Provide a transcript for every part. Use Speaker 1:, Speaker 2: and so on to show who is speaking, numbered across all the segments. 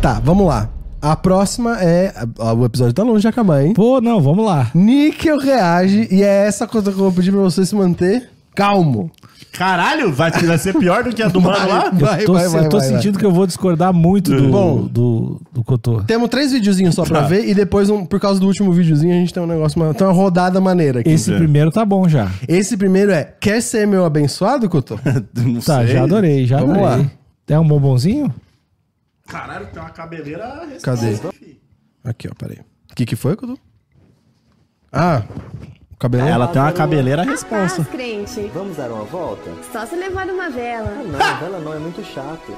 Speaker 1: Tá, vamos lá. A próxima é. ó, o episódio tá longe de acabar, hein?
Speaker 2: Pô, não, vamos lá.
Speaker 1: Níquel reage e é essa coisa que eu vou pedir pra você se manter calmo.
Speaker 3: Caralho, vai, vai ser pior do que a do mano lá?
Speaker 1: Tá Vai,
Speaker 2: eu tô,
Speaker 1: vai, vai,
Speaker 2: eu tô
Speaker 1: vai,
Speaker 2: sentindo que eu vou discordar muito do,
Speaker 1: Bom.
Speaker 2: do, do Cotô.
Speaker 1: Temos três videozinhos só pra ver e depois, um- por causa do último videozinho, a gente tem um negócio, uma, tem uma rodada maneira aqui.
Speaker 2: Esse
Speaker 3: Entendi.
Speaker 2: primeiro tá bom já.
Speaker 1: Esse primeiro é: Quer ser meu abençoado, Couto?
Speaker 3: Não
Speaker 2: Tá, já adorei, já
Speaker 1: Vamos
Speaker 2: adorei.
Speaker 1: lá.
Speaker 2: É um bombonzinho?
Speaker 3: Caralho, tem uma cabeleira
Speaker 1: Cadê? Aqui, ó, peraí. O que, que foi, Couto? Ah, o cabelão.
Speaker 3: Ela tem uma cabeleira responsa.
Speaker 4: Rapaz, Ah, tá, crente,
Speaker 5: Vamos dar uma volta?
Speaker 4: só se levar uma vela.
Speaker 5: Não,
Speaker 2: Ah!
Speaker 5: ela não é muito chato.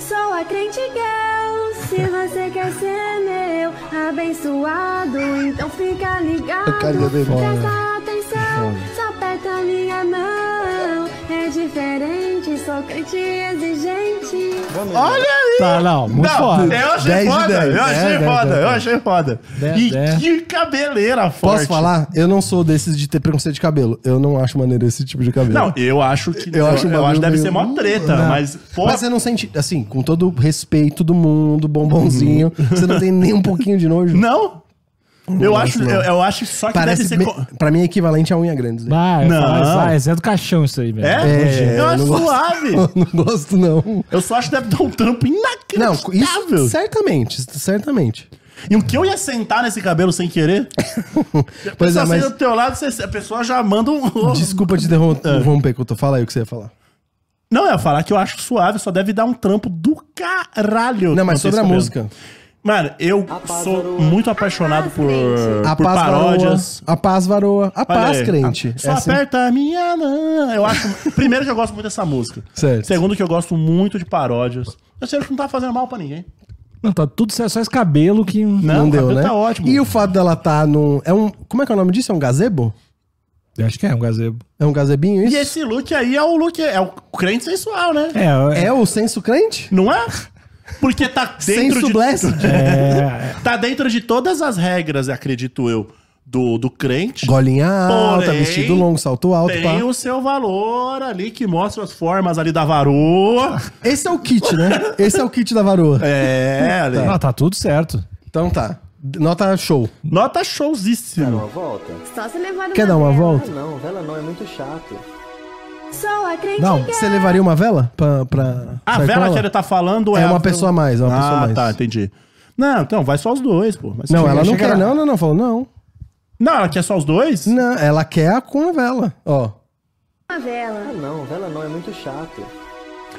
Speaker 4: Sou a crente girl, se você quer ser meu abençoado, então fica ligado.
Speaker 1: Cara, ele é bem bom,
Speaker 4: Presta atenção, só aperta a minha mão. É diferente, sou crente exigente.
Speaker 3: Olha aí!
Speaker 2: Tá, não, muito
Speaker 3: Não,
Speaker 2: foda.
Speaker 1: é-
Speaker 3: eu achei
Speaker 1: 10 de
Speaker 3: foda,
Speaker 1: 10,
Speaker 3: eu achei
Speaker 1: 10 de
Speaker 3: foda,
Speaker 1: 10.
Speaker 3: eu achei foda.
Speaker 2: 10
Speaker 3: e
Speaker 2: de 10.
Speaker 3: que cabeleira forte.
Speaker 1: Posso falar? Eu não sou desses de ter preconceito de cabelo. Eu não acho maneiro esse tipo de cabelo.
Speaker 3: Não, eu acho que
Speaker 1: Eu acho um
Speaker 3: eu acho
Speaker 1: bagulho
Speaker 3: que deve
Speaker 1: meio-
Speaker 3: ser mó treta,
Speaker 1: Não.
Speaker 3: mas pô,
Speaker 1: Mas você não sente, assim, com todo o respeito do mundo, bombonzinho, você não tem nem um pouquinho de nojo?
Speaker 3: Uhum. não. Eu
Speaker 1: Nossa,
Speaker 3: acho,
Speaker 1: não.
Speaker 3: eu, eu acho só que
Speaker 1: Parece,
Speaker 3: deve ser
Speaker 1: me-
Speaker 3: co-
Speaker 1: pra mim é equivalente a unha grande. né?
Speaker 2: Ah, eu ia
Speaker 3: Não.
Speaker 2: falar, isso, ah, é do caixão isso aí mesmo.
Speaker 3: É,
Speaker 1: É,
Speaker 3: eu
Speaker 1: eu
Speaker 3: acho
Speaker 1: não gosto.
Speaker 3: suave.
Speaker 1: Eu não gosto, não.
Speaker 3: Eu só acho que deve dar um trampo
Speaker 1: Não,
Speaker 3: inacreditável.
Speaker 1: isso, é certamente, certamente.
Speaker 3: E um- o que eu ia sentar nesse cabelo sem querer?
Speaker 1: Pois é,
Speaker 3: só
Speaker 1: mas
Speaker 3: senta do teu lado, você- a pessoa já manda um.
Speaker 1: desculpa te interromper, que eu tô falando aí o que você ia falar.
Speaker 3: Não, eu ia falar que eu acho suave, só deve dar um trampo do caralho.
Speaker 1: Não, mas
Speaker 3: com esse
Speaker 1: sobre a
Speaker 3: cabelo.
Speaker 1: música.
Speaker 3: Mano, eu sou muito apaixonado por,
Speaker 1: A
Speaker 3: por
Speaker 1: paz
Speaker 3: paródias.
Speaker 1: varoa. A paz varoa. A
Speaker 3: Olha
Speaker 1: paz,
Speaker 3: aí.
Speaker 1: crente.
Speaker 3: Só
Speaker 1: É assim.
Speaker 3: aperta a minha mão. Eu acho. Primeiro que eu gosto muito dessa música.
Speaker 1: Certo.
Speaker 3: Segundo que eu gosto muito de paródias. Eu sei que não tá fazendo mal pra ninguém.
Speaker 2: Não, tá tudo certo, só esse cabelo que.
Speaker 1: Não,
Speaker 3: o
Speaker 1: deu,
Speaker 3: cabelo
Speaker 1: né?
Speaker 3: Tá ótimo.
Speaker 1: E o fato dela tá num. É um. Como é que é o nome disso? É um gazebo?
Speaker 2: Eu acho que é um gazebo.
Speaker 1: É um gazebinho
Speaker 3: E
Speaker 1: isso?
Speaker 3: esse look aí é o look, é o crente sensual, né?
Speaker 2: É, é.
Speaker 1: É o senso crente?
Speaker 3: Não é? Porque tá dentro
Speaker 1: Senso
Speaker 3: de
Speaker 1: blessed.
Speaker 2: é,
Speaker 3: tá dentro de todas as regras, acredito eu, do, do crente.
Speaker 1: Golinha alta,
Speaker 3: Porém,
Speaker 1: vestido longo, salto alto, pá.
Speaker 3: Tem um- o seu valor ali que mostra as formas ali da varoa.
Speaker 1: Esse é o kit, né? Esse é o kit da varoa.
Speaker 3: É, ali.
Speaker 2: Não, tá tudo certo.
Speaker 1: Então tá. Nota show.
Speaker 3: Nota showzíssimo.
Speaker 1: Tá,
Speaker 5: Uma volta?
Speaker 4: Só se levar uma
Speaker 1: Quer dar uma
Speaker 4: vela.
Speaker 5: Ah,
Speaker 1: volta?
Speaker 5: não, ela não é muito chato.
Speaker 4: Sou a crente
Speaker 2: Não,
Speaker 4: girl.
Speaker 1: Você levaria uma vela pra. pra
Speaker 3: A
Speaker 1: sair com
Speaker 3: vela
Speaker 1: ela?
Speaker 3: que ele tá falando
Speaker 1: É
Speaker 3: a-
Speaker 1: uma pessoa a mais, é uma
Speaker 3: ah,
Speaker 1: pessoa a mais.
Speaker 3: tá, entendi. Não, então, vai só os dois, pô. Vai
Speaker 1: Não,
Speaker 3: só-
Speaker 1: ela não
Speaker 2: chega
Speaker 1: quer,
Speaker 2: lá.
Speaker 1: não, não, não. Falou, não.
Speaker 3: Não, ela quer só os dois?
Speaker 1: Não, ela quer a com a vela. Ó.
Speaker 4: Uma vela.
Speaker 5: Ah, não, ela não é muito chato.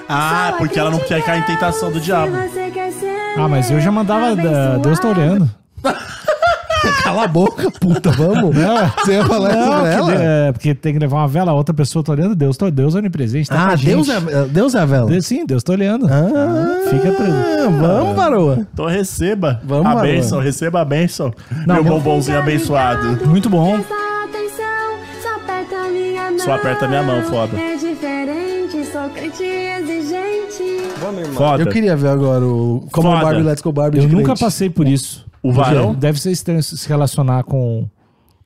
Speaker 3: Ah, porque ela não quer cair em tentação do diabo.
Speaker 2: Ah, mas eu já mandava. da- Deus tá olhando.
Speaker 1: Cala a boca, puta, vamos. Você ia falar isso pra
Speaker 2: Não,
Speaker 1: Ah, ela?
Speaker 2: que de- é, porque tem que levar uma vela, a outra pessoa tá olhando, Deus, tá, Deus é onipresente. Tá com
Speaker 1: Ah,
Speaker 2: a
Speaker 1: Deus
Speaker 2: gente.
Speaker 1: é, Deus é a vela.
Speaker 2: Deus- Sim, Deus tá olhando.
Speaker 1: Ah,
Speaker 2: Fica tranquilo.
Speaker 1: Vamos, varoa.
Speaker 3: Então receba
Speaker 1: Vamos,
Speaker 3: a
Speaker 1: Maroa.
Speaker 3: bênção, receba a bênção.
Speaker 2: Não,
Speaker 3: meu
Speaker 2: não.
Speaker 3: bombonzinho abençoado.
Speaker 2: Muito bom.
Speaker 4: Presta atenção, só aperta a minha mão.
Speaker 3: Só aperta a minha mão, foda.
Speaker 4: É diferente, sou crente exigente.
Speaker 5: Vamos, irmão.
Speaker 3: Foda.
Speaker 1: Eu queria ver agora o Como
Speaker 3: Foda.
Speaker 1: Barbie, Let's Go Barbie.
Speaker 2: Eu
Speaker 1: de
Speaker 2: nunca
Speaker 1: crente.
Speaker 2: passei por isso.
Speaker 3: O varão?
Speaker 2: Deve ser estranho se relacionar com.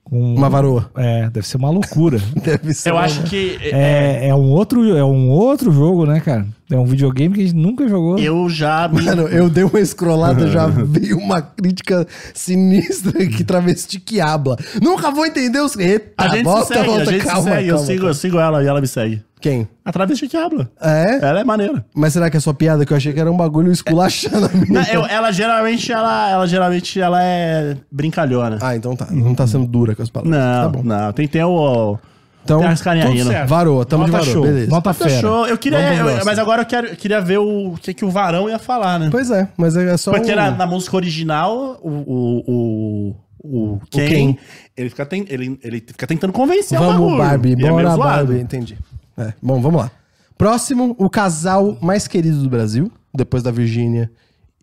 Speaker 2: com-
Speaker 1: Uma varoa.
Speaker 2: É, deve ser uma loucura.
Speaker 1: Deve ser.
Speaker 3: Eu
Speaker 1: uma-
Speaker 3: acho que
Speaker 2: é, é um outro, é um outro jogo, né, cara? É um videogame que a gente nunca jogou.
Speaker 3: eu já me
Speaker 1: Mano, eu dei uma escrolada, já
Speaker 3: Uhum.
Speaker 1: vi uma crítica sinistra que travesti que habla. Nunca vou entender os. Eita,
Speaker 3: A gente
Speaker 1: volta,
Speaker 3: se segue,
Speaker 1: volta,
Speaker 3: a gente
Speaker 1: Ah, calma,
Speaker 3: se segue. eu,
Speaker 1: calma,
Speaker 3: sigo,
Speaker 1: calma.
Speaker 3: eu sigo ela e ela me segue.
Speaker 1: Quem?
Speaker 3: A travesti que habla.
Speaker 1: É?
Speaker 3: Ela é maneira.
Speaker 1: Mas será que é só piada? Que eu achei que era um bagulho esculachando a minha.
Speaker 3: Não, eu- ela geralmente, ela, ela geralmente, ela é brincalhona.
Speaker 1: Ah, então tá. Não tá sendo dura com as palavras.
Speaker 3: não,
Speaker 1: Tá bom.
Speaker 3: não. Tem, tem o...
Speaker 1: Então,
Speaker 3: tem as carinhas
Speaker 1: tudo
Speaker 3: aí,
Speaker 1: certo.
Speaker 3: né?
Speaker 1: Varoa, tamo
Speaker 2: Nota
Speaker 1: de varoa,
Speaker 2: show.
Speaker 1: beleza.
Speaker 2: Nota
Speaker 3: Tá
Speaker 2: fera.
Speaker 3: show. Eu queria...
Speaker 1: Vamos pro
Speaker 3: eu-
Speaker 1: próximo.
Speaker 3: mas agora eu quero, eu queria ver o que, que o varão ia falar, né?
Speaker 1: Pois é, mas é só.
Speaker 3: Porque
Speaker 1: um-
Speaker 3: na, na música original, o... o, o o Ken,
Speaker 1: Ken.
Speaker 3: Ele, fica ten- ele, ele fica tentando convencer o
Speaker 1: Vamos,
Speaker 3: bagulho.
Speaker 1: Barbie,
Speaker 3: E é meio
Speaker 1: bora,
Speaker 3: zoado.
Speaker 1: Barbie. Entendi. É, bom, vamos lá. Próximo, o casal mais querido do Brasil, depois da Virgínia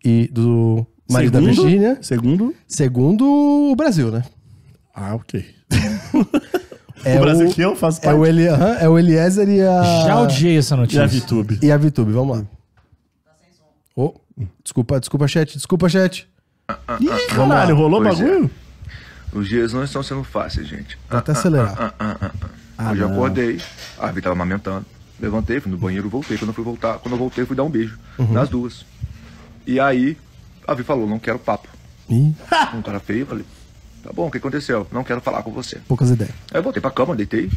Speaker 1: e do marido da
Speaker 3: Segundo-
Speaker 1: Virgínia.
Speaker 3: Segundo...
Speaker 1: Segundo o Brasil, né?
Speaker 3: Ah, ok.
Speaker 1: É
Speaker 3: o
Speaker 1: o-
Speaker 3: Brasil que eu faço
Speaker 1: É o, Eli... aham, é o Eliezer e a.
Speaker 2: Já odiei essa
Speaker 3: E a
Speaker 2: notícia.
Speaker 3: VTube.
Speaker 1: E a Vitube, vamos lá. Oh, desculpa, desculpa, chat. Desculpa, chat.
Speaker 3: Ih, caralho, rolou
Speaker 6: Pois é.
Speaker 3: bagulho?
Speaker 6: Os dias não estão sendo fáceis, gente. Ah,
Speaker 1: Vou até acelerar.
Speaker 3: Ah,
Speaker 6: Hoje eu acordei, a Arvi tava amamentando. Levantei, fui no banheiro, voltei. Quando eu fui voltar, quando eu voltei, fui dar um beijo.
Speaker 3: Uhum.
Speaker 6: Nas duas. E aí, a Arvi falou, não quero papo.
Speaker 1: Ih,
Speaker 6: Um cara feio, eu falei, tá bom, o que aconteceu? Não quero falar com você.
Speaker 1: poucas ideias.
Speaker 6: Aí eu voltei pra cama, deitei.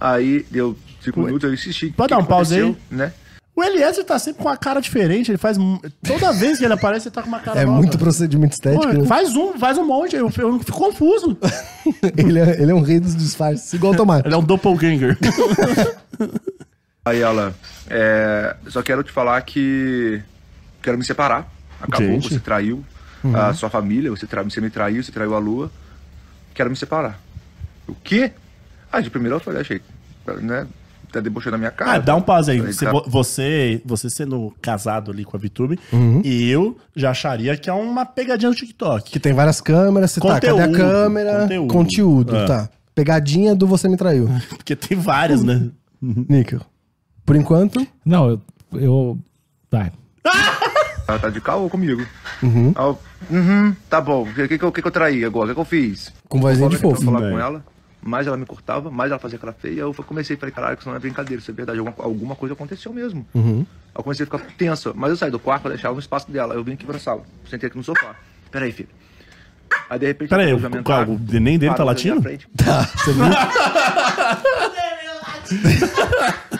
Speaker 6: Aí deu cinco minutos, eu insisti.
Speaker 3: Pode
Speaker 6: "O que
Speaker 3: dar um
Speaker 6: que
Speaker 3: pause aí?"
Speaker 6: aconteceu?", Né?
Speaker 3: O Eliezer tá sempre com uma cara diferente, ele faz... mu- Toda vez que ele aparece, ele tá com uma cara
Speaker 1: É
Speaker 3: nova.
Speaker 1: muito procedimento estético.
Speaker 3: Pô,
Speaker 1: né?
Speaker 3: faz um, faz um monte, eu, eu fico confuso.
Speaker 1: Ele é, ele é um rei dos disfarces, igual o Tomás.
Speaker 3: Ele é um doppelganger.
Speaker 6: Aí ela, é, só quero te falar que quero me separar. Acabou,
Speaker 3: Gente. Uhum.
Speaker 6: você traiu a sua família, você, tra... você me traiu, você traiu a lua. Quero me separar. O quê? Ah, de primeira eu falei, achei, né? Tá debochando a minha cara.
Speaker 3: Ah, dá um pause aí.
Speaker 6: Falei,
Speaker 3: Você,
Speaker 6: tá-
Speaker 3: vo- você, você sendo casado ali com a VTube,
Speaker 1: Uhum.
Speaker 3: e eu já acharia que é uma pegadinha do TikTok.
Speaker 1: Que tem várias câmeras, você tá, cadê a
Speaker 3: Conteúdo,
Speaker 1: câmera?
Speaker 3: conteúdo.
Speaker 1: Conteúdo,
Speaker 3: É.
Speaker 1: tá. Pegadinha do Você Me Traiu.
Speaker 3: Porque tem várias, né?
Speaker 1: Níquel. Por enquanto,
Speaker 2: Não, eu. eu... Vai.
Speaker 6: Ela tá de caô comigo. Uhum. Aí eu, uhum, tá bom. O que, que, que, eu- o que que eu traí agora? O que, que eu fiz?
Speaker 1: com
Speaker 3: É
Speaker 1: vozinha de
Speaker 6: Conforme eu
Speaker 1: fofo.
Speaker 6: tentava falar
Speaker 3: Velho.
Speaker 6: com ela, mais ela me cortava, mais ela fazia cara feia. Eu comecei a falar, caralho, isso não é brincadeira, isso é verdade. Alguma, alguma coisa aconteceu mesmo.
Speaker 3: Uhum.
Speaker 6: Eu comecei a ficar tensa, mas eu saí do quarto pra deixar ela no espaço dela. Eu vim aqui pra sala, sentei aqui no sofá. Peraí, filho. Aí de repente.
Speaker 3: Peraí,
Speaker 6: eu
Speaker 3: o-
Speaker 6: fui
Speaker 3: qual-
Speaker 6: amamentar,
Speaker 3: o neném dele tá
Speaker 6: parou assim na
Speaker 3: latindo?
Speaker 6: frente.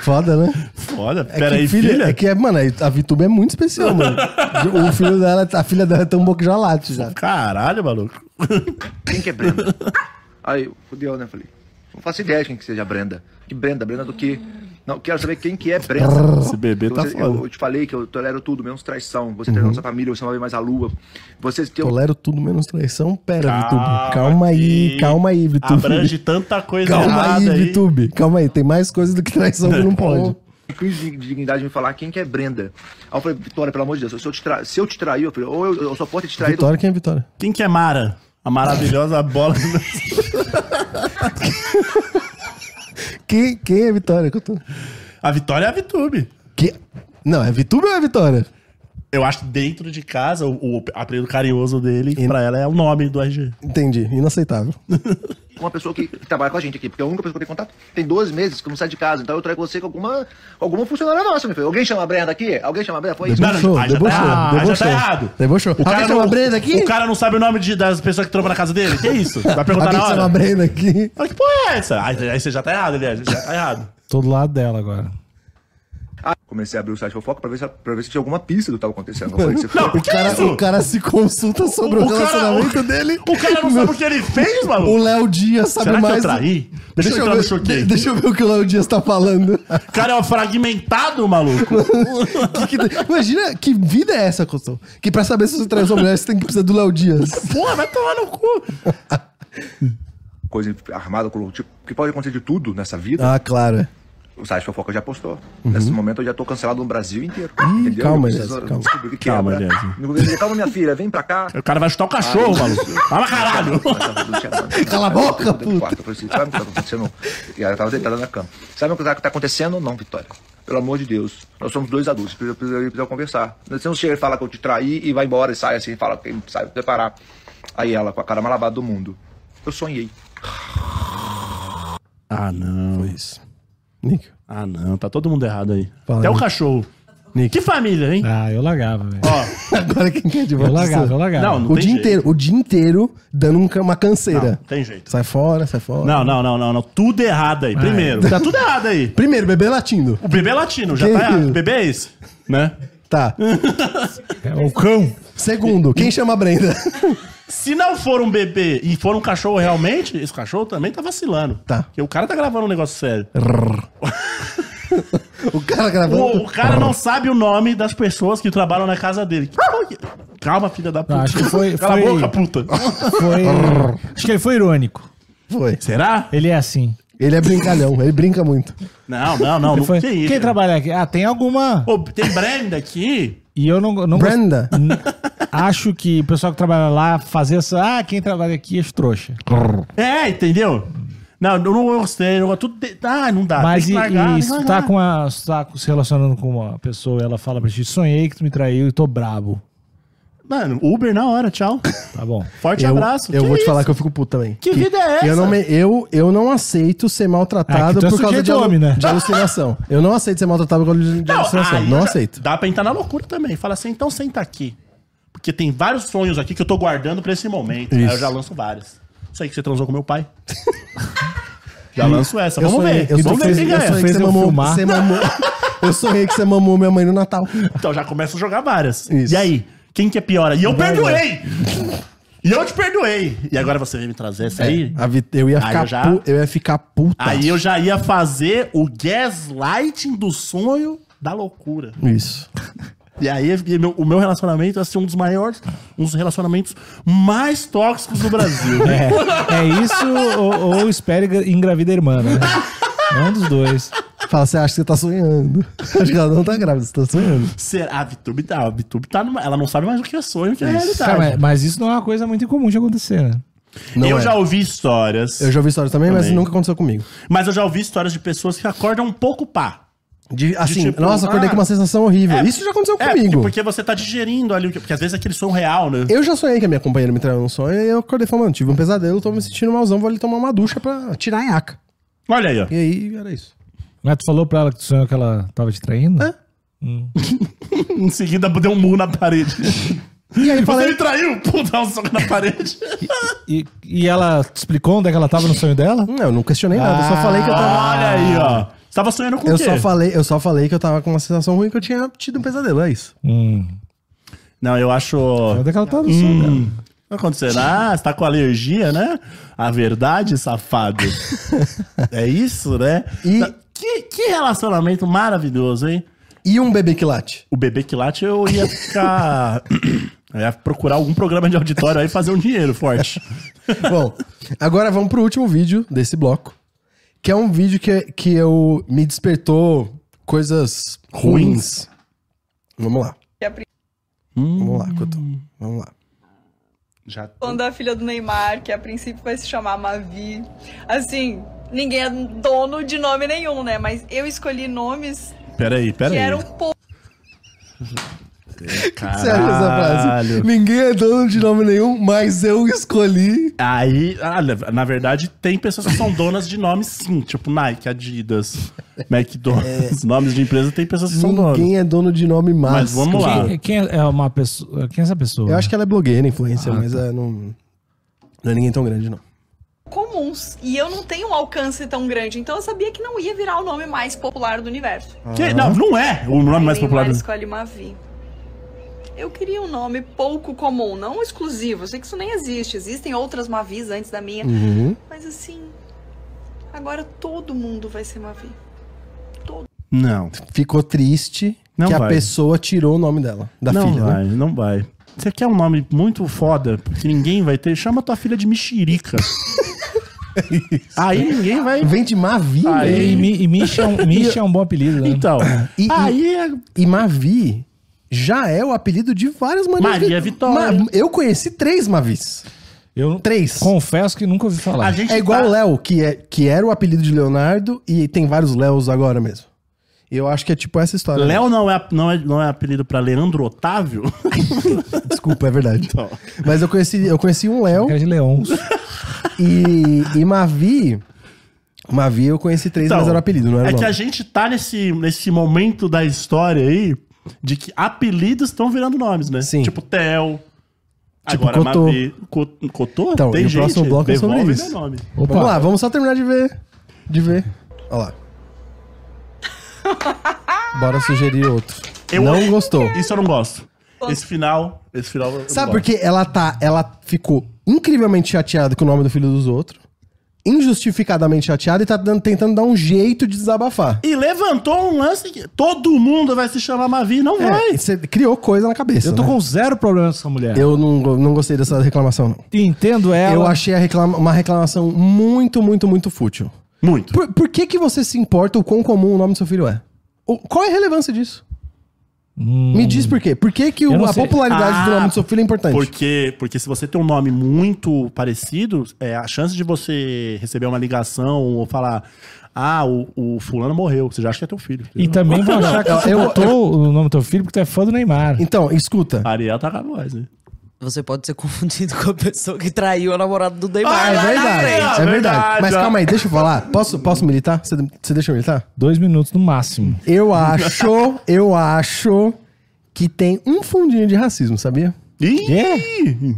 Speaker 1: Foda, né?
Speaker 3: Foda.
Speaker 1: É
Speaker 3: Pera
Speaker 1: que
Speaker 3: aí,
Speaker 1: filho-
Speaker 3: filha.
Speaker 1: É que, é, mano, a Vitube é muito especial, mano. o filho dela, a filha dela é tão boa que já late já.
Speaker 3: Caralho, maluco.
Speaker 6: Quem que é Brenda? Aí, fudeu, né? Falei, não faço ideia de quem que seja a Brenda. Que Brenda? Brenda do quê? Não, quero saber quem que é Brenda.
Speaker 3: Esse bebê tá
Speaker 6: Você- eu,
Speaker 3: foda. Uhum.
Speaker 6: eu te falei que eu tolero tudo, menos traição. Você traiu nossa família, você não vai ver mais a lua. Você tem
Speaker 1: Tolero tudo menos traição. Pera,
Speaker 3: Calma
Speaker 1: Vitube. Calma aí,
Speaker 3: aqui.
Speaker 1: calma aí, Vitube.
Speaker 3: Ah, Abrange tanta coisa
Speaker 1: Calma aí,
Speaker 3: errada aí.
Speaker 1: Vitube. Calma aí, tem mais coisas do que traição que não pode.
Speaker 6: crise de dignidade de me falar quem que é Brenda. Aí eu falei, Vitória, pelo amor de Deus, se eu te, tra... se eu te trair, eu falei, ou eu, eu só posso ter te traído.
Speaker 1: Vitória, quem é Vitória?
Speaker 3: Quem que é Mara? A maravilhosa bola.
Speaker 1: Quem, quem é Vitória? Que eu tô-
Speaker 3: A Vitória é a VTube.
Speaker 1: Que... Não, é Vitube ou é Vitória?
Speaker 3: Eu acho que dentro de casa, o, o apelido carinhoso dele pra ela é o nome do RG.
Speaker 1: Entendi, inaceitável.
Speaker 6: Uma pessoa que, que trabalha com a gente aqui, porque é a única pessoa que eu tenho contato tem 12 meses que eu não sai de casa, então eu trago você com alguma, com alguma funcionária nossa, meu filho. Alguém chama a Brenda aqui? Alguém chama a Brenda? Foi isso?
Speaker 3: Não, não,
Speaker 1: Debochou,
Speaker 3: aí já tá
Speaker 1: debochou,
Speaker 3: errado, aí já tá
Speaker 1: debochou.
Speaker 3: errado.
Speaker 1: Debochou. Alguém chama
Speaker 3: não-
Speaker 1: Brenda aqui?
Speaker 3: O cara não sabe o nome de- das pessoas que trampam na casa dele? Que isso? Vai perguntar
Speaker 1: Alguém
Speaker 3: Tá na hora?
Speaker 1: chama a Brenda Tá aqui.
Speaker 3: Mas que porra é essa? Aí, aí você já tá errado, aliás. Já tá errado.
Speaker 2: Tô do lado dela agora.
Speaker 6: Ah, comecei a abrir o site fofoca pra ver se, pra ver se tinha alguma pista do que tava acontecendo. Eu falei, você
Speaker 3: Não,
Speaker 6: foi-
Speaker 1: O cara,
Speaker 3: isso?
Speaker 1: o cara se consulta sobre o,
Speaker 3: cara-
Speaker 1: relacionamento
Speaker 3: o-
Speaker 1: dele.
Speaker 3: O cara não sabe o que ele fez,
Speaker 1: O
Speaker 3: maluco.
Speaker 1: Léo Dias sabe
Speaker 3: Será que
Speaker 1: mais.
Speaker 3: eu traí? Deixa, eu entrar no
Speaker 1: ver,
Speaker 3: choquei.
Speaker 1: de- deixa eu ver o que o Léo Dias tá falando.
Speaker 3: O cara é um fragmentado, maluco.
Speaker 1: Que- que- imagina que vida é essa, Costão? Que pra saber se você traiu sua mulher, você tem que precisar do Léo Dias.
Speaker 3: Porra, vai tomar no cu.
Speaker 6: coisa armada, com- tipo, que pode acontecer de tudo nessa vida.
Speaker 1: Ah, claro.
Speaker 6: O site fofoca já postou. Nesse momento eu já tô cancelado no Brasil inteiro. entendeu?
Speaker 1: calma,
Speaker 6: Eu preciso
Speaker 1: Jéssica, calma.
Speaker 6: descobrir o que que é,
Speaker 3: Calma,
Speaker 6: né?
Speaker 3: Jéssica.
Speaker 6: No governo, Calma, minha filha, vem pra cá.
Speaker 3: O cara vai chutar o cachorro, maluco. Fala caralho.
Speaker 6: tá
Speaker 1: Cala a boca, puta.
Speaker 6: Eu falei assim, sabe o que tá acontecendo? E ela tava deitada na cama. Sabe o que tá, tá acontecendo? Não, Vitória. Pelo amor de Deus. Nós somos dois adultos, precisa, precisa, precisa conversar. Você não chega e fala que eu te traí e vai embora e sai assim, fala que sai, preparar. Aí ela, com a cara mais lavada do mundo. Eu sonhei.
Speaker 3: Ah, não.
Speaker 1: Isso. Nick.
Speaker 3: Ah, não. Tá todo mundo errado aí.
Speaker 1: Fala,
Speaker 3: Até o
Speaker 1: Nick.
Speaker 3: cachorro.
Speaker 1: Nick. É.
Speaker 3: Que família, hein?
Speaker 2: Ah, eu lagava, velho.
Speaker 3: Ó,
Speaker 1: Agora quem quer de
Speaker 2: Eu
Speaker 1: volta?
Speaker 2: lagava, eu lagava.
Speaker 3: Não, não.
Speaker 1: O dia
Speaker 3: tem jeito.
Speaker 1: inteiro, o dia inteiro dando um ca- uma canseira.
Speaker 3: não tem jeito.
Speaker 1: Sai fora, sai fora.
Speaker 3: Não, não, não, não, não. Tudo errado
Speaker 1: É.
Speaker 3: aí. Primeiro, tá tudo errado aí.
Speaker 1: Primeiro, bebê latindo.
Speaker 3: O bebê é latino, já
Speaker 1: Que
Speaker 3: tá errado.
Speaker 1: isso?
Speaker 3: O bebê é esse, né?
Speaker 1: Tá.
Speaker 2: É o cão.
Speaker 1: Segundo, quem chama a Brenda?
Speaker 3: Se não for um bebê e for um cachorro realmente, esse cachorro também tá vacilando.
Speaker 1: Tá.
Speaker 3: Porque o cara tá gravando um negócio sério.
Speaker 1: o cara tá gravando.
Speaker 3: O, o cara não sabe o nome das pessoas que trabalham na casa dele. Que porra que- Calma, filha da puta.
Speaker 2: Ah, acho que foi-
Speaker 3: Cala
Speaker 2: foi-
Speaker 3: a boca, puta.
Speaker 2: Foi. Acho que ele foi irônico.
Speaker 1: Foi.
Speaker 3: Será?
Speaker 2: Ele é assim.
Speaker 1: Ele é brincalhão, ele brinca muito.
Speaker 3: Não, não, não.
Speaker 2: Ele
Speaker 3: não
Speaker 2: foi-
Speaker 3: que é isso,
Speaker 2: Quem
Speaker 3: cara.
Speaker 2: trabalha aqui? Ah, tem alguma.
Speaker 3: Ô, tem Brenda aqui.
Speaker 2: E eu não, não gost-
Speaker 1: Brenda.
Speaker 2: N- acho que o pessoal que trabalha lá fazer essa. Ah, quem trabalha aqui é trouxa.
Speaker 3: É, entendeu? Não, eu não gostei. Eu, tudo de- Ah, não dá.
Speaker 2: Mas
Speaker 3: tem que
Speaker 2: e,
Speaker 3: largar, né? tem
Speaker 2: e
Speaker 3: que
Speaker 2: se tu tá,
Speaker 3: largar.
Speaker 2: com a, se tu tá se relacionando com uma pessoa e ela fala pra ti: sonhei que tu me traiu e tô brabo.
Speaker 3: Mano, Uber na hora, tchau.
Speaker 2: Tá bom.
Speaker 3: Forte
Speaker 1: eu,
Speaker 3: abraço.
Speaker 1: Eu
Speaker 3: Que
Speaker 1: vou te
Speaker 3: isso?
Speaker 1: falar que eu fico puto também.
Speaker 3: Que vida é essa?
Speaker 1: Eu não, me- eu, eu não aceito ser maltratado
Speaker 2: É, que tu é
Speaker 1: por causa
Speaker 2: sujeito
Speaker 1: de, alu-
Speaker 2: homem, né?
Speaker 1: de alucinação. Eu não aceito ser maltratado por causa de alucinação.
Speaker 3: aí
Speaker 1: Não
Speaker 3: já-
Speaker 1: aceito.
Speaker 3: Dá pra entrar na loucura também. Fala assim, então senta aqui. Porque tem vários sonhos aqui que eu tô guardando pra esse momento. Aí
Speaker 1: Isso.
Speaker 3: eu já lanço vários. Isso aí que você transou com meu pai. já lanço essa. Então Vamos
Speaker 1: sonhei-
Speaker 3: ver.
Speaker 1: Eu
Speaker 3: Vamos ver
Speaker 1: sonhei
Speaker 3: quem
Speaker 1: eu
Speaker 3: ganha.
Speaker 1: sonhei que
Speaker 2: Fez
Speaker 1: você
Speaker 2: eu
Speaker 1: mamou.
Speaker 2: filmar.
Speaker 1: Você mamou. Eu sonhei que você mamou minha mãe no Natal.
Speaker 3: Então já começa a jogar várias.
Speaker 1: Isso.
Speaker 3: E aí? Quem que é pior? E eu
Speaker 1: Vai,
Speaker 3: perdoei! E eu te perdoei! E agora você vem me trazer
Speaker 1: É.
Speaker 3: essa aí?
Speaker 1: A Vi- eu, ia
Speaker 3: Aí
Speaker 1: ficar
Speaker 3: eu já-
Speaker 1: pu- eu ia ficar puta.
Speaker 3: Aí eu já ia fazer o gaslighting do sonho da loucura.
Speaker 1: Isso.
Speaker 3: E aí e meu- o meu relacionamento ia ser um dos maiores, um dos relacionamentos mais tóxicos do Brasil.
Speaker 2: É, é isso ou, ou espere gra- engravida a irmã, né? É um dos dois.
Speaker 1: Fala, você acha que você tá sonhando. Acho que ela não tá grávida, você tá sonhando.
Speaker 3: Será? A Vitube tá, a Vitube tá numa, ela não sabe mais o que é sonho, o que é
Speaker 2: Cara, mas,
Speaker 3: realidade.
Speaker 2: mas isso não é uma coisa muito incomum de acontecer, né?
Speaker 1: Não
Speaker 3: eu
Speaker 1: é.
Speaker 3: já ouvi histórias,
Speaker 1: Eu já ouvi histórias também, mas
Speaker 3: Também.
Speaker 1: nunca aconteceu comigo.
Speaker 3: mas eu já ouvi histórias de pessoas que acordam um pouco pá.
Speaker 1: De- assim,
Speaker 3: tipo,
Speaker 1: nossa, acordei
Speaker 3: ah,
Speaker 1: com uma sensação horrível.
Speaker 3: É,
Speaker 1: Isso já aconteceu
Speaker 3: é,
Speaker 1: comigo.
Speaker 3: Porque você tá digerindo ali, o que- porque às vezes é aquele sonho real, né?
Speaker 1: Eu já sonhei que a minha companheira me traiu num sonho e eu acordei falando, tive um pesadelo, tô me sentindo malzão, vou ali tomar uma ducha pra tirar a nhaca.
Speaker 3: Olha aí, ó.
Speaker 1: E aí era isso.
Speaker 2: Mas tu falou pra ela que tu sonhou que ela tava te traindo?
Speaker 3: Em seguida deu um murro na parede.
Speaker 1: E aí
Speaker 3: Você me
Speaker 1: falei,
Speaker 3: traiu! Pum, dá um soco na parede.
Speaker 2: E, e ela te explicou onde é que ela tava no sonho dela?
Speaker 3: então-
Speaker 1: não, eu não questionei nada, eu só falei que eu tava.
Speaker 3: Olha aí, ó. Você tava sonhando com o
Speaker 1: Eu
Speaker 3: Ah, quê?
Speaker 1: só, falei, eu só falei que eu tava com uma sensação ruim que eu tinha tido um pesadelo, é isso.
Speaker 2: Hum.
Speaker 3: Não, eu acho.
Speaker 2: Onde é que ela tava no sonho
Speaker 3: Hum.
Speaker 2: dela?
Speaker 3: Não acontecerá, você tá com alergia, né? A verdade, safado. é isso, né?
Speaker 1: E-
Speaker 3: Tá- Que, que relacionamento maravilhoso, hein?
Speaker 1: E um bebê que late.
Speaker 3: O bebê que late, eu ia ficar. eu ia procurar algum programa de auditório aí e fazer um dinheiro forte.
Speaker 1: Bom, agora vamos pro último vídeo desse bloco, que é um vídeo que, que eu me despertou coisas ruins. Vamos lá. Vamos lá, Couto. Vamos lá.
Speaker 3: Já.
Speaker 7: Falando da filha do Neymar, que a princípio vai se chamar Mavi. Assim, ninguém é dono de nome nenhum, né? Mas eu escolhi nomes
Speaker 3: Peraí,
Speaker 7: que um
Speaker 3: peraí.
Speaker 7: eram poucos.
Speaker 1: Sério essa frase?
Speaker 3: Caralho.
Speaker 1: Ninguém é dono de nome nenhum, mas eu escolhi.
Speaker 3: Aí, olha, na verdade, tem pessoas que são donas de nomes sim, tipo Nike, Adidas, McDonald's, nomes de empresa, tem pessoas que são donas.
Speaker 1: É. Ninguém é dono de nome, mas.
Speaker 3: Mas vamos lá.
Speaker 2: Quem, quem é uma pessoa? Quem é essa pessoa?
Speaker 1: Eu acho que ela é blogueira,
Speaker 3: Ah,
Speaker 1: influencer, mas
Speaker 3: tá.
Speaker 1: é, não, não é ninguém tão grande, não.
Speaker 7: comuns. E eu não tenho um alcance tão grande. Então eu sabia que não ia virar o nome mais popular do universo.
Speaker 3: Que-
Speaker 1: Ah.
Speaker 3: Não, não é o nome mais
Speaker 7: Neymar
Speaker 3: popular do
Speaker 7: escolhe Mavi. Eu queria um nome pouco comum, não exclusivo. Eu sei que isso nem existe. Existem outras Mavis antes da minha.
Speaker 3: Uhum.
Speaker 7: Mas assim, agora todo mundo vai ser Mavi.
Speaker 3: Não.
Speaker 1: Ficou triste
Speaker 3: Não
Speaker 1: que a
Speaker 3: vai.
Speaker 1: pessoa tirou o nome dela, da
Speaker 3: não
Speaker 1: filha, né?
Speaker 3: vai, não vai. Você quer um nome muito foda que ninguém vai ter? Chama tua filha de mexerica. Aí ninguém vai.
Speaker 1: Vem de Mavi,
Speaker 3: Aí-
Speaker 1: né?
Speaker 2: E, Mi- e Mish, é um, Mish é um bom apelido, né?
Speaker 3: Então.
Speaker 1: E-
Speaker 3: aí é.
Speaker 1: E Mavi já é o apelido de várias maneiras.
Speaker 3: Maria é Vitória.
Speaker 1: eu conheci três Mavis.
Speaker 2: eu
Speaker 1: Três.
Speaker 2: confesso que nunca ouvi falar.
Speaker 3: A gente
Speaker 1: É igual
Speaker 3: tá-
Speaker 1: o Léo, que, é, que era o apelido de Leonardo e tem vários Léos agora mesmo. Eu acho que é tipo essa história.
Speaker 3: Léo não é, não, é, não é apelido pra Leandro Otávio?
Speaker 1: Desculpa, é verdade.
Speaker 3: Então.
Speaker 1: Mas eu conheci, eu conheci um Léo
Speaker 2: Cara de leões.
Speaker 1: e, e Mavi. Mavi eu conheci três,
Speaker 3: Então,
Speaker 1: mas era o apelido, não era
Speaker 3: é
Speaker 1: o
Speaker 3: que
Speaker 1: nome.
Speaker 3: a gente tá nesse, nesse momento da história aí de que apelidos estão virando nomes, né?
Speaker 1: Sim.
Speaker 3: Tipo Theo.
Speaker 1: Tipo
Speaker 3: agora
Speaker 1: Cotô.
Speaker 3: Mavi. Co- Cotô?
Speaker 1: Então, e o próximo bloco é sobre
Speaker 3: Devolve
Speaker 1: isso.
Speaker 3: meu nome.
Speaker 2: Opa.
Speaker 1: Vamos lá, vamos só terminar de ver. De ver. Olha lá. Bora sugerir outro.
Speaker 3: Eu-
Speaker 1: não gostou.
Speaker 3: Isso eu não gosto. Esse final, esse final. eu não
Speaker 1: Sabe
Speaker 3: gosto.
Speaker 1: por que ela tá. Ela ficou incrivelmente chateada com o nome do filho dos outros. Injustificadamente chateada e tá dando- tentando dar um jeito de desabafar.
Speaker 3: E levantou um lance que todo mundo vai se chamar Mavi, não
Speaker 1: É,
Speaker 3: vai.
Speaker 1: você criou coisa na cabeça.
Speaker 2: Eu tô
Speaker 1: né?
Speaker 2: com zero problema com essa mulher.
Speaker 1: Eu não, go- não gostei dessa reclamação, não.
Speaker 2: entendo ela.
Speaker 1: Eu achei a reclama- uma reclamação muito, muito, muito fútil.
Speaker 3: Muito.
Speaker 1: Por, por que, que você se importa o quão comum o nome do seu filho é? O- qual é a relevância disso? Me diz por quê. Por que, que
Speaker 2: Hum. Eu
Speaker 1: o-
Speaker 2: não
Speaker 1: a
Speaker 2: sei.
Speaker 1: popularidade do
Speaker 3: Ah,
Speaker 1: nome do seu filho é importante?
Speaker 3: Porque, porque se você tem um nome muito parecido, é, a chance de você receber uma ligação ou falar, ah, o, o fulano morreu, você já acha que é teu filho.
Speaker 2: E também vão achar que
Speaker 1: eu-
Speaker 2: você
Speaker 1: eu-
Speaker 2: botou o nome do teu filho porque tu é fã do Neymar.
Speaker 1: Então, escuta.
Speaker 3: A Ariel tá com a voz, né?
Speaker 8: Você pode ser confundido com a pessoa que traiu a namorada do Neymar.
Speaker 1: Ah, é
Speaker 8: lá na
Speaker 1: verdade.
Speaker 8: frente.
Speaker 1: É verdade. Mas calma aí, deixa eu falar. Posso, posso militar? Você você deixa eu militar?
Speaker 2: Dois minutos no máximo.
Speaker 1: Eu acho, eu acho que tem um fundinho de racismo, sabia?
Speaker 3: Ih!
Speaker 1: É.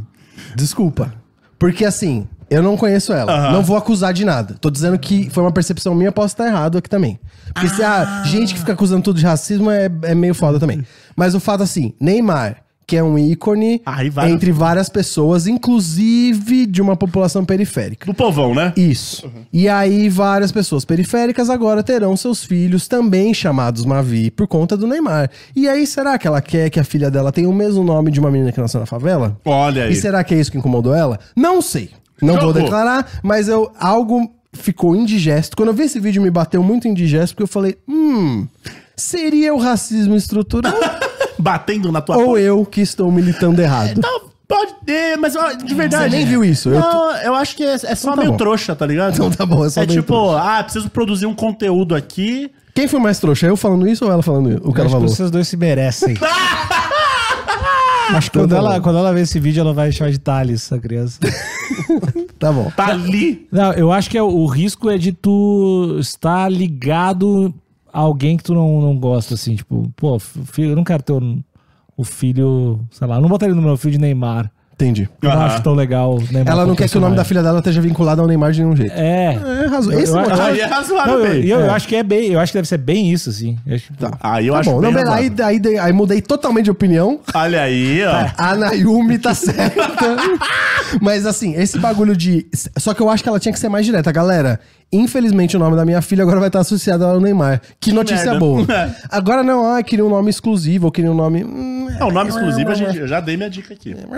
Speaker 1: Desculpa. Porque assim, eu não conheço ela. Não vou acusar de nada. Tô dizendo que foi uma percepção minha, posso estar errado aqui também. Porque se
Speaker 8: Ah.
Speaker 1: a gente que fica acusando tudo de racismo é, é meio foda também. Mas o fato assim, Neymar, que é um ícone
Speaker 3: Aí vai-
Speaker 1: entre várias pessoas, inclusive de uma população periférica.
Speaker 3: Do povão, né?
Speaker 1: Isso. E aí, várias pessoas periféricas agora terão seus filhos também chamados Mavi por conta do Neymar. E aí, será que ela quer que a filha dela tenha o mesmo nome de uma menina que nasceu na favela?
Speaker 3: Olha aí.
Speaker 1: E será que é isso que incomodou ela? Não sei. Não
Speaker 3: Jogou.
Speaker 1: vou declarar, mas eu algo ficou indigesto. Quando eu vi esse vídeo, me bateu muito indigesto, porque eu falei: hum, seria o racismo estrutural
Speaker 3: Batendo na tua
Speaker 1: ou eu que estou militando errado?
Speaker 3: Não, tá, pode ter, mas ó, de verdade.
Speaker 1: Você nem viu isso, eu
Speaker 3: Não, eu, acho que é, é só
Speaker 1: tá
Speaker 3: meio
Speaker 1: bom.
Speaker 3: trouxa, tá ligado?
Speaker 1: Então tá bom, é
Speaker 3: é
Speaker 1: só meio
Speaker 3: tipo, ah, preciso produzir um conteúdo aqui.
Speaker 1: Quem foi mais trouxa? Eu falando isso ou ela falando o que
Speaker 2: Eu
Speaker 1: ela
Speaker 2: acho que
Speaker 1: falou?
Speaker 2: vocês dois se merecem. Acho que quando
Speaker 1: Então tá
Speaker 2: ela,
Speaker 1: bom.
Speaker 2: quando ela vê esse vídeo, ela vai chamar de Thales, essa criança.
Speaker 1: Tá bom.
Speaker 3: Tá ali.
Speaker 2: Não, eu acho que é- o risco é de tu estar ligado a alguém que tu não, não gosta, assim, tipo, pô, f- filho, eu não quero ter o, o filho, sei lá, eu não botaria no meu filho de Neymar.
Speaker 1: Entendi.
Speaker 2: Eu Não
Speaker 3: Aham.
Speaker 2: acho tão legal. o Neymar
Speaker 1: Ela não
Speaker 2: como
Speaker 1: quer que o nome da
Speaker 2: personagem.
Speaker 1: filha dela esteja vinculado ao Neymar de nenhum jeito.
Speaker 2: É.
Speaker 1: É, razão.
Speaker 2: Eu-
Speaker 1: Esse
Speaker 2: eu-
Speaker 1: motivo-
Speaker 2: eu-
Speaker 3: Aí é razoável,
Speaker 2: Não, eu,
Speaker 3: bem.
Speaker 2: eu, eu acho que é bem, eu acho que deve ser bem isso, assim. Eu acho que-
Speaker 3: Aí eu
Speaker 1: Tá
Speaker 3: acho
Speaker 1: bom. Não,
Speaker 3: bem
Speaker 1: beleza. aí, tá-
Speaker 3: razoável.
Speaker 1: aí, aí mudei totalmente de opinião.
Speaker 3: Olha aí, ó.
Speaker 1: A Nayumi tá certa. Mas assim, esse bagulho de. Só que eu acho que ela tinha que ser mais direta, galera. Infelizmente, o nome da minha filha agora vai estar associado ao Neymar. Que notícia
Speaker 3: merda.
Speaker 1: boa. Agora não, ah, eu queria um nome exclusivo, eu queria um nome. hum,
Speaker 3: É, o nome exclusivo, a gente, eu já dei minha dica aqui.
Speaker 1: É,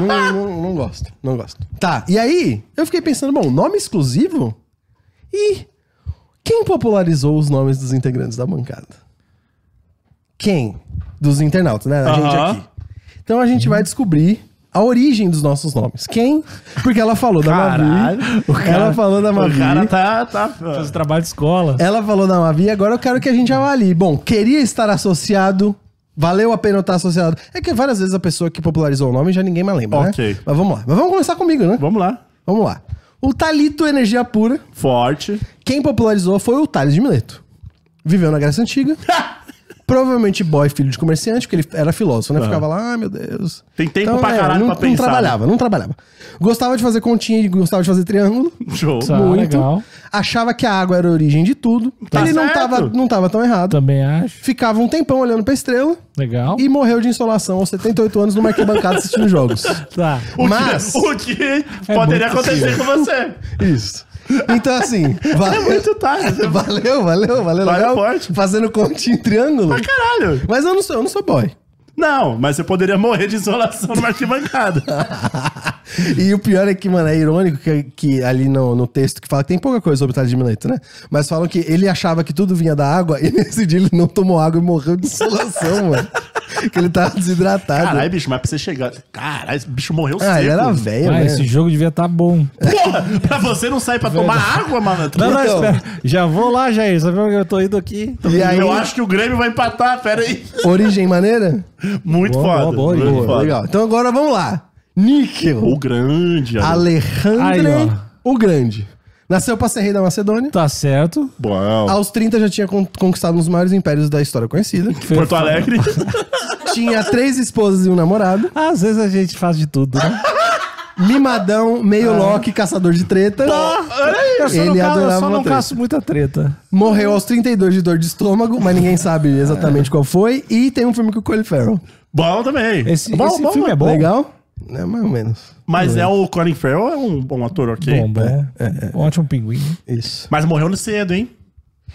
Speaker 1: não, não, não gosto, não gosto. Tá, e aí eu fiquei pensando, bom, nome exclusivo? E quem popularizou os nomes dos integrantes da bancada? Quem? Dos internautas, né? A gente
Speaker 3: Aham.
Speaker 1: aqui. Então a gente vai descobrir a origem dos nossos nomes. Quem? Porque ela falou da Mavi.
Speaker 3: Caralho.
Speaker 1: O cara, ela falou da Mavi.
Speaker 3: O cara tá. tá
Speaker 2: Fazer trabalho de escola.
Speaker 1: Ela falou da Mavi, agora eu quero que a gente avalie. Bom, queria estar associado. Valeu a pena eu estar associado. É que várias vezes a pessoa que popularizou o nome já ninguém mais lembra,
Speaker 3: Ok.
Speaker 1: né? Mas vamos lá. Mas vamos começar comigo, né?
Speaker 3: Vamos lá.
Speaker 1: Vamos lá. O Talito Energia Pura,
Speaker 3: Forte.
Speaker 1: quem popularizou foi o Thales de Mileto. Viveu na Grécia Antiga. Provavelmente boy, filho de comerciante, porque ele era filósofo, né? Ficava lá, ai meu Deus.
Speaker 3: Tem tempo pra
Speaker 1: né,
Speaker 3: caralho
Speaker 1: não,
Speaker 3: pra pensar,
Speaker 1: Não trabalhava, não trabalhava. Gostava de fazer continha e gostava de fazer triângulo.
Speaker 3: Show.
Speaker 2: Tá,
Speaker 1: muito.
Speaker 2: legal.
Speaker 1: Achava que a água era a origem de tudo.
Speaker 3: Ah, Tá
Speaker 1: ele não
Speaker 3: certo.
Speaker 1: tava, não tava tão errado.
Speaker 2: Também acho.
Speaker 1: Ficava um tempão olhando pra estrela
Speaker 2: Legal.
Speaker 1: e morreu de insolação aos 78 anos numa arquibancada assistindo jogos.
Speaker 2: Tá.
Speaker 3: O
Speaker 1: Mas-
Speaker 3: que, o que
Speaker 2: É
Speaker 3: poderia
Speaker 2: muito
Speaker 3: acontecer com você?
Speaker 1: Isso. Então, assim,
Speaker 3: É
Speaker 1: valeu,
Speaker 3: muito tarde.
Speaker 1: valeu, valeu, valeu.
Speaker 3: Vai
Speaker 1: legal.
Speaker 3: forte.
Speaker 1: Fazendo conte em triângulo.
Speaker 3: Pra caralho.
Speaker 1: Mas eu não sou, eu não sou boy.
Speaker 3: Não, mas você poderia morrer de isolação numa arquibancada.
Speaker 1: E o pior é que, mano, é irônico que, que ali no, no texto que fala que tem pouca coisa sobre o Tadeu de Mileto, né? Mas falam que ele achava que tudo vinha da água e nesse dia ele não tomou água e morreu de insolação, mano. Que ele tava desidratado.
Speaker 3: Caralho, bicho, mas pra você chegar. Caralho, esse bicho morreu
Speaker 1: ah, ele
Speaker 3: seco.
Speaker 1: era velho,
Speaker 2: Ah,
Speaker 1: né?
Speaker 2: esse jogo devia estar bom.
Speaker 3: Porra, pra você não sair pra tomar água, mano.
Speaker 2: Não, não,
Speaker 1: Então.
Speaker 2: espera. Já vou lá, Jair. Sabe onde eu tô indo aqui?
Speaker 1: E aí,
Speaker 3: Eu acho que o Grêmio vai empatar, pera aí.
Speaker 1: origem maneira?
Speaker 3: Muito
Speaker 2: Boa,
Speaker 3: foda.
Speaker 2: boa, boa,
Speaker 3: muito
Speaker 2: boa,
Speaker 3: foda.
Speaker 1: Legal. Então agora vamos lá. Níquel.
Speaker 3: O grande. Ale...
Speaker 1: Alejandro
Speaker 2: Aí,
Speaker 1: o Grande. Nasceu pra ser rei da Macedônia.
Speaker 2: Tá certo.
Speaker 3: Bom.
Speaker 1: Aos 30 já tinha con- conquistado um dos maiores impérios da história conhecida.
Speaker 3: Porto Alegre.
Speaker 1: tinha três esposas e um namorado.
Speaker 2: Às vezes a gente faz de tudo, né?
Speaker 1: Mimadão, meio
Speaker 2: Ah.
Speaker 1: Loki, caçador de treta.
Speaker 2: Tá. Eu só não,
Speaker 1: Ele
Speaker 2: ca- eu
Speaker 1: adorava
Speaker 2: só
Speaker 1: uma
Speaker 2: não
Speaker 1: treta.
Speaker 2: caço muita treta.
Speaker 1: Morreu aos 32 de dor de estômago, mas ninguém sabe exatamente qual foi. E tem um filme com o Colin Farrell.
Speaker 3: bom também.
Speaker 2: Esse,
Speaker 3: bom,
Speaker 2: esse
Speaker 3: bom,
Speaker 2: filme é bom.
Speaker 1: Legal? É, mais ou menos.
Speaker 3: Mas é o Colin Farrell, é um bom ator, ok?
Speaker 2: Bom, bom. Um Ótimo pinguim.
Speaker 1: Isso.
Speaker 3: Mas morreu cedo, hein?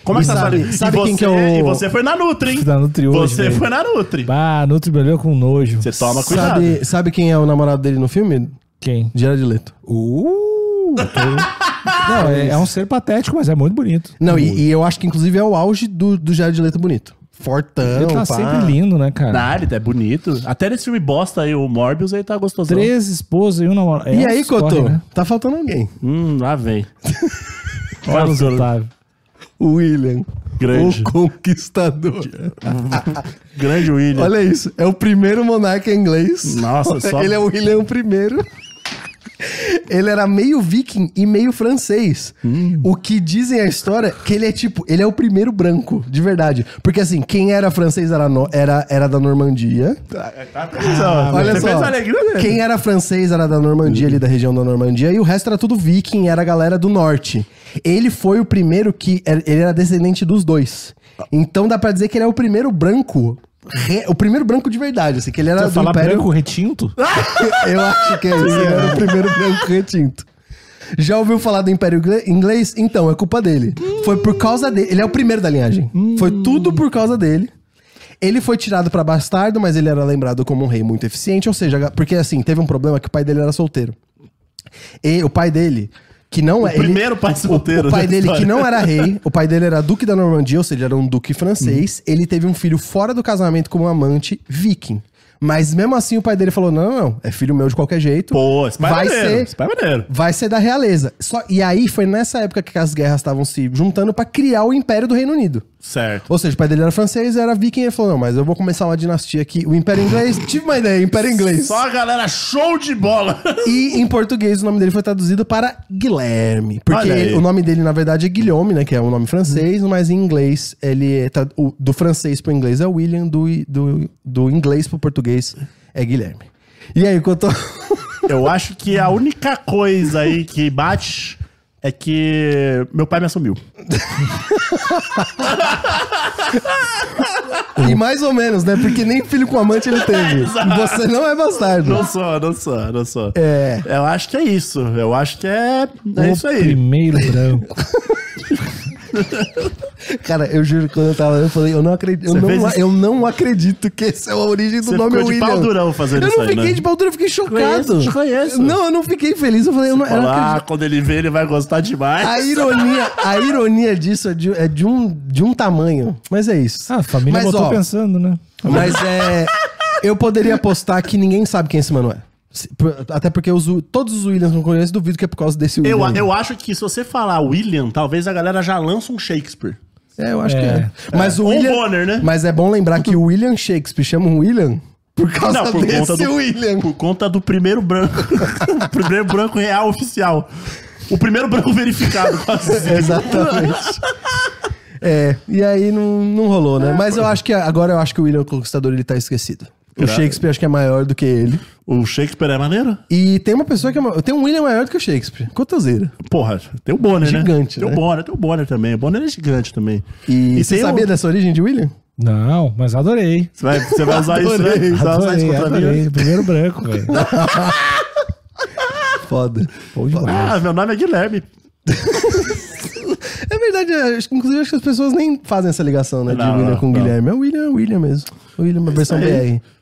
Speaker 3: Como
Speaker 1: E
Speaker 3: é que tá
Speaker 1: sabe-
Speaker 3: sabendo?
Speaker 1: sabe
Speaker 3: e
Speaker 1: quem
Speaker 3: você,
Speaker 1: que é o-
Speaker 3: E você foi na Nutri, hein?
Speaker 2: Da Nutri hoje,
Speaker 3: você
Speaker 2: velho.
Speaker 3: foi na Nutri.
Speaker 2: Bah, Nutri me olhou com nojo.
Speaker 3: Você toma cuidado.
Speaker 1: Sabe, sabe quem é o namorado dele no filme?
Speaker 2: Quem?
Speaker 1: Gerard Leto.
Speaker 2: Uh! tô- Não, é, é um ser patético, mas é muito bonito.
Speaker 1: Não, e, e eu acho que inclusive é o auge do, do Gerard Leto bonito. fortão.
Speaker 2: Ele
Speaker 1: pá.
Speaker 2: tá sempre lindo, né, cara?
Speaker 3: Na ele é bonito. Até nesse filme bosta aí, o Morbius, ele tá gostosão.
Speaker 2: Três esposas e um namorado.
Speaker 1: E
Speaker 2: É,
Speaker 1: aí,
Speaker 2: escorre,
Speaker 1: Cotô?
Speaker 2: né?
Speaker 1: Tá faltando alguém.
Speaker 3: Hum, lá vem. Olha
Speaker 2: Carlos
Speaker 3: os
Speaker 1: tá.
Speaker 3: outros.
Speaker 2: Otávio.
Speaker 1: O William.
Speaker 3: Grande.
Speaker 1: O conquistador.
Speaker 3: Grande William.
Speaker 1: Olha isso. É o primeiro monarca inglês.
Speaker 3: Nossa, só-
Speaker 1: Ele é o William I. Ele era meio viking e meio francês.
Speaker 3: Hum.
Speaker 1: O que dizem a história que ele é tipo, ele é o primeiro branco, de verdade. Porque assim, quem era francês era, no- era, era da Normandia. Olha
Speaker 3: Você
Speaker 1: só,
Speaker 3: fez a alegria né? Uhum. dele.
Speaker 1: quem era francês era da Normandia, ali da região da Normandia, e o resto era tudo viking, era a galera do norte. Ele foi o primeiro que. era- Ele era descendente dos dois. Então dá pra dizer que ele é o primeiro branco. re- o primeiro branco de verdade, assim, que ele era
Speaker 2: Você
Speaker 1: do
Speaker 2: falar
Speaker 1: Império.
Speaker 2: branco retinto?
Speaker 1: Eu acho que é isso. Ele era o primeiro branco retinto. Já ouviu falar do Império Ingle- Inglês? Então, é culpa dele. Foi por causa dele. Ele é o primeiro da linhagem. Foi tudo por causa dele. Ele foi tirado pra bastardo, mas ele era lembrado como um rei muito eficiente. Ou seja, porque assim, teve um problema que o pai dele era solteiro. E o pai dele, que não é. ele-
Speaker 3: Primeiro pai solteiro.
Speaker 1: o pai
Speaker 3: da
Speaker 1: dele, que
Speaker 3: história.
Speaker 1: não era rei, o pai dele era duque da Normandia, ou seja, era um duque francês.
Speaker 3: Uhum.
Speaker 1: Ele teve um filho fora do casamento com um amante viking. Mas mesmo assim o pai dele falou: não, não, não, é filho meu de qualquer jeito.
Speaker 3: Pô, esse pai é
Speaker 1: vai
Speaker 3: maneiro.
Speaker 1: ser,
Speaker 3: Esse pai é maneiro.
Speaker 1: vai ser da realeza. Só, e aí foi nessa época que as guerras estavam se juntando pra criar o Império do Reino Unido.
Speaker 3: Certo.
Speaker 1: Ou seja, o pai dele era francês, era viking, ele falou: não, mas eu vou começar uma dinastia aqui. O Império Inglês, tive uma ideia, Império Inglês.
Speaker 3: Só a galera show de bola.
Speaker 1: E em português o nome dele foi traduzido para Guilherme. Porque
Speaker 3: Olha aí.
Speaker 1: ele- o nome dele, na verdade, é Guilherme, né? Que é um nome francês, mas em inglês, ele é tra- o- do francês pro inglês é William, do, do, do inglês pro português é Guilherme. E aí, quanto.
Speaker 3: Eu acho que a única coisa aí que bate é que meu pai me assumiu.
Speaker 1: e mais ou menos, né? Porque nem filho com amante ele teve. Você não é bastardo.
Speaker 3: Não sou, não sou, não sou.
Speaker 1: É.
Speaker 3: Eu acho que é isso. Eu acho que é, é
Speaker 2: O
Speaker 3: isso aí.
Speaker 2: Primeiro branco.
Speaker 1: Cara, eu juro que quando eu tava lá, eu falei, eu não acredito. Eu
Speaker 3: Você fez
Speaker 1: não,
Speaker 3: isso?
Speaker 1: eu não acredito que essa é a origem do
Speaker 3: Você
Speaker 1: nome
Speaker 3: ficou de
Speaker 1: William.
Speaker 3: pau durão fazendo
Speaker 1: eu
Speaker 3: isso
Speaker 1: não
Speaker 3: aí,
Speaker 1: fiquei
Speaker 3: né?
Speaker 1: de pau dura, eu fiquei chocado.
Speaker 3: Conheço, te conheço.
Speaker 1: Não, eu não fiquei feliz. Eu falei, eu não, eu não
Speaker 3: Falar,
Speaker 1: acredito.
Speaker 3: quando ele vê, ele vai gostar demais.
Speaker 1: A ironia, a ironia disso é de, é de um, de um tamanho. Mas é isso.
Speaker 2: Ah, a família
Speaker 1: mas,
Speaker 2: botou
Speaker 1: ó,
Speaker 2: pensando, né?
Speaker 3: tá.
Speaker 1: Mas é. Eu poderia apostar que ninguém sabe quem é esse Manoel. Se- por- Até porque os Wi- todos os Williams que eu conheço duvido que é por causa desse
Speaker 3: Eu,
Speaker 1: William.
Speaker 3: eu acho que se você falar William, talvez a galera já lança um Shakespeare.
Speaker 1: É, eu acho
Speaker 2: É.
Speaker 1: que é. Mas o
Speaker 3: Ou
Speaker 1: William.
Speaker 3: Bonner, né?
Speaker 1: Mas é bom lembrar que o William Shakespeare chama um William por causa
Speaker 3: Não, por
Speaker 1: desse
Speaker 3: conta do-
Speaker 1: William.
Speaker 3: Por conta do primeiro branco. o primeiro branco real oficial. O primeiro branco verificado. quase
Speaker 1: É.
Speaker 3: assim.
Speaker 1: Exatamente. É, e aí não, não rolou, né? Mas eu acho que agora eu acho que o William Conquistador ele tá esquecido. O
Speaker 3: Claro.
Speaker 1: Shakespeare acho que é maior do que ele.
Speaker 3: O Shakespeare é maneiro?
Speaker 1: E tem uma pessoa que é ma- tem um William maior do que o Shakespeare. Cotoseira.
Speaker 3: Porra, tem o Bonner, né?
Speaker 1: Gigante,
Speaker 3: Tem
Speaker 1: né?
Speaker 3: o Bonner, tem o Bonner também. O Bonner é gigante também.
Speaker 1: E, você
Speaker 3: tem um- o-
Speaker 1: sabia dessa origem de William?
Speaker 2: Não, mas adorei.
Speaker 3: Você vai, você vai usar isso, né?
Speaker 1: Adorei,
Speaker 3: Você vai usar isso
Speaker 2: Adorei,
Speaker 3: contra mim?
Speaker 2: adorei. Primeiro branco, velho.
Speaker 1: Foda.
Speaker 3: Ah, meu nome é Guilherme.
Speaker 1: É verdade, eu acho que, inclusive acho que as pessoas nem fazem essa ligação, né? de
Speaker 3: Não,
Speaker 1: William
Speaker 3: não,
Speaker 1: com
Speaker 3: não.
Speaker 1: Guilherme. É o William, é o William mesmo. O William, uma versão
Speaker 3: aí.
Speaker 1: BR.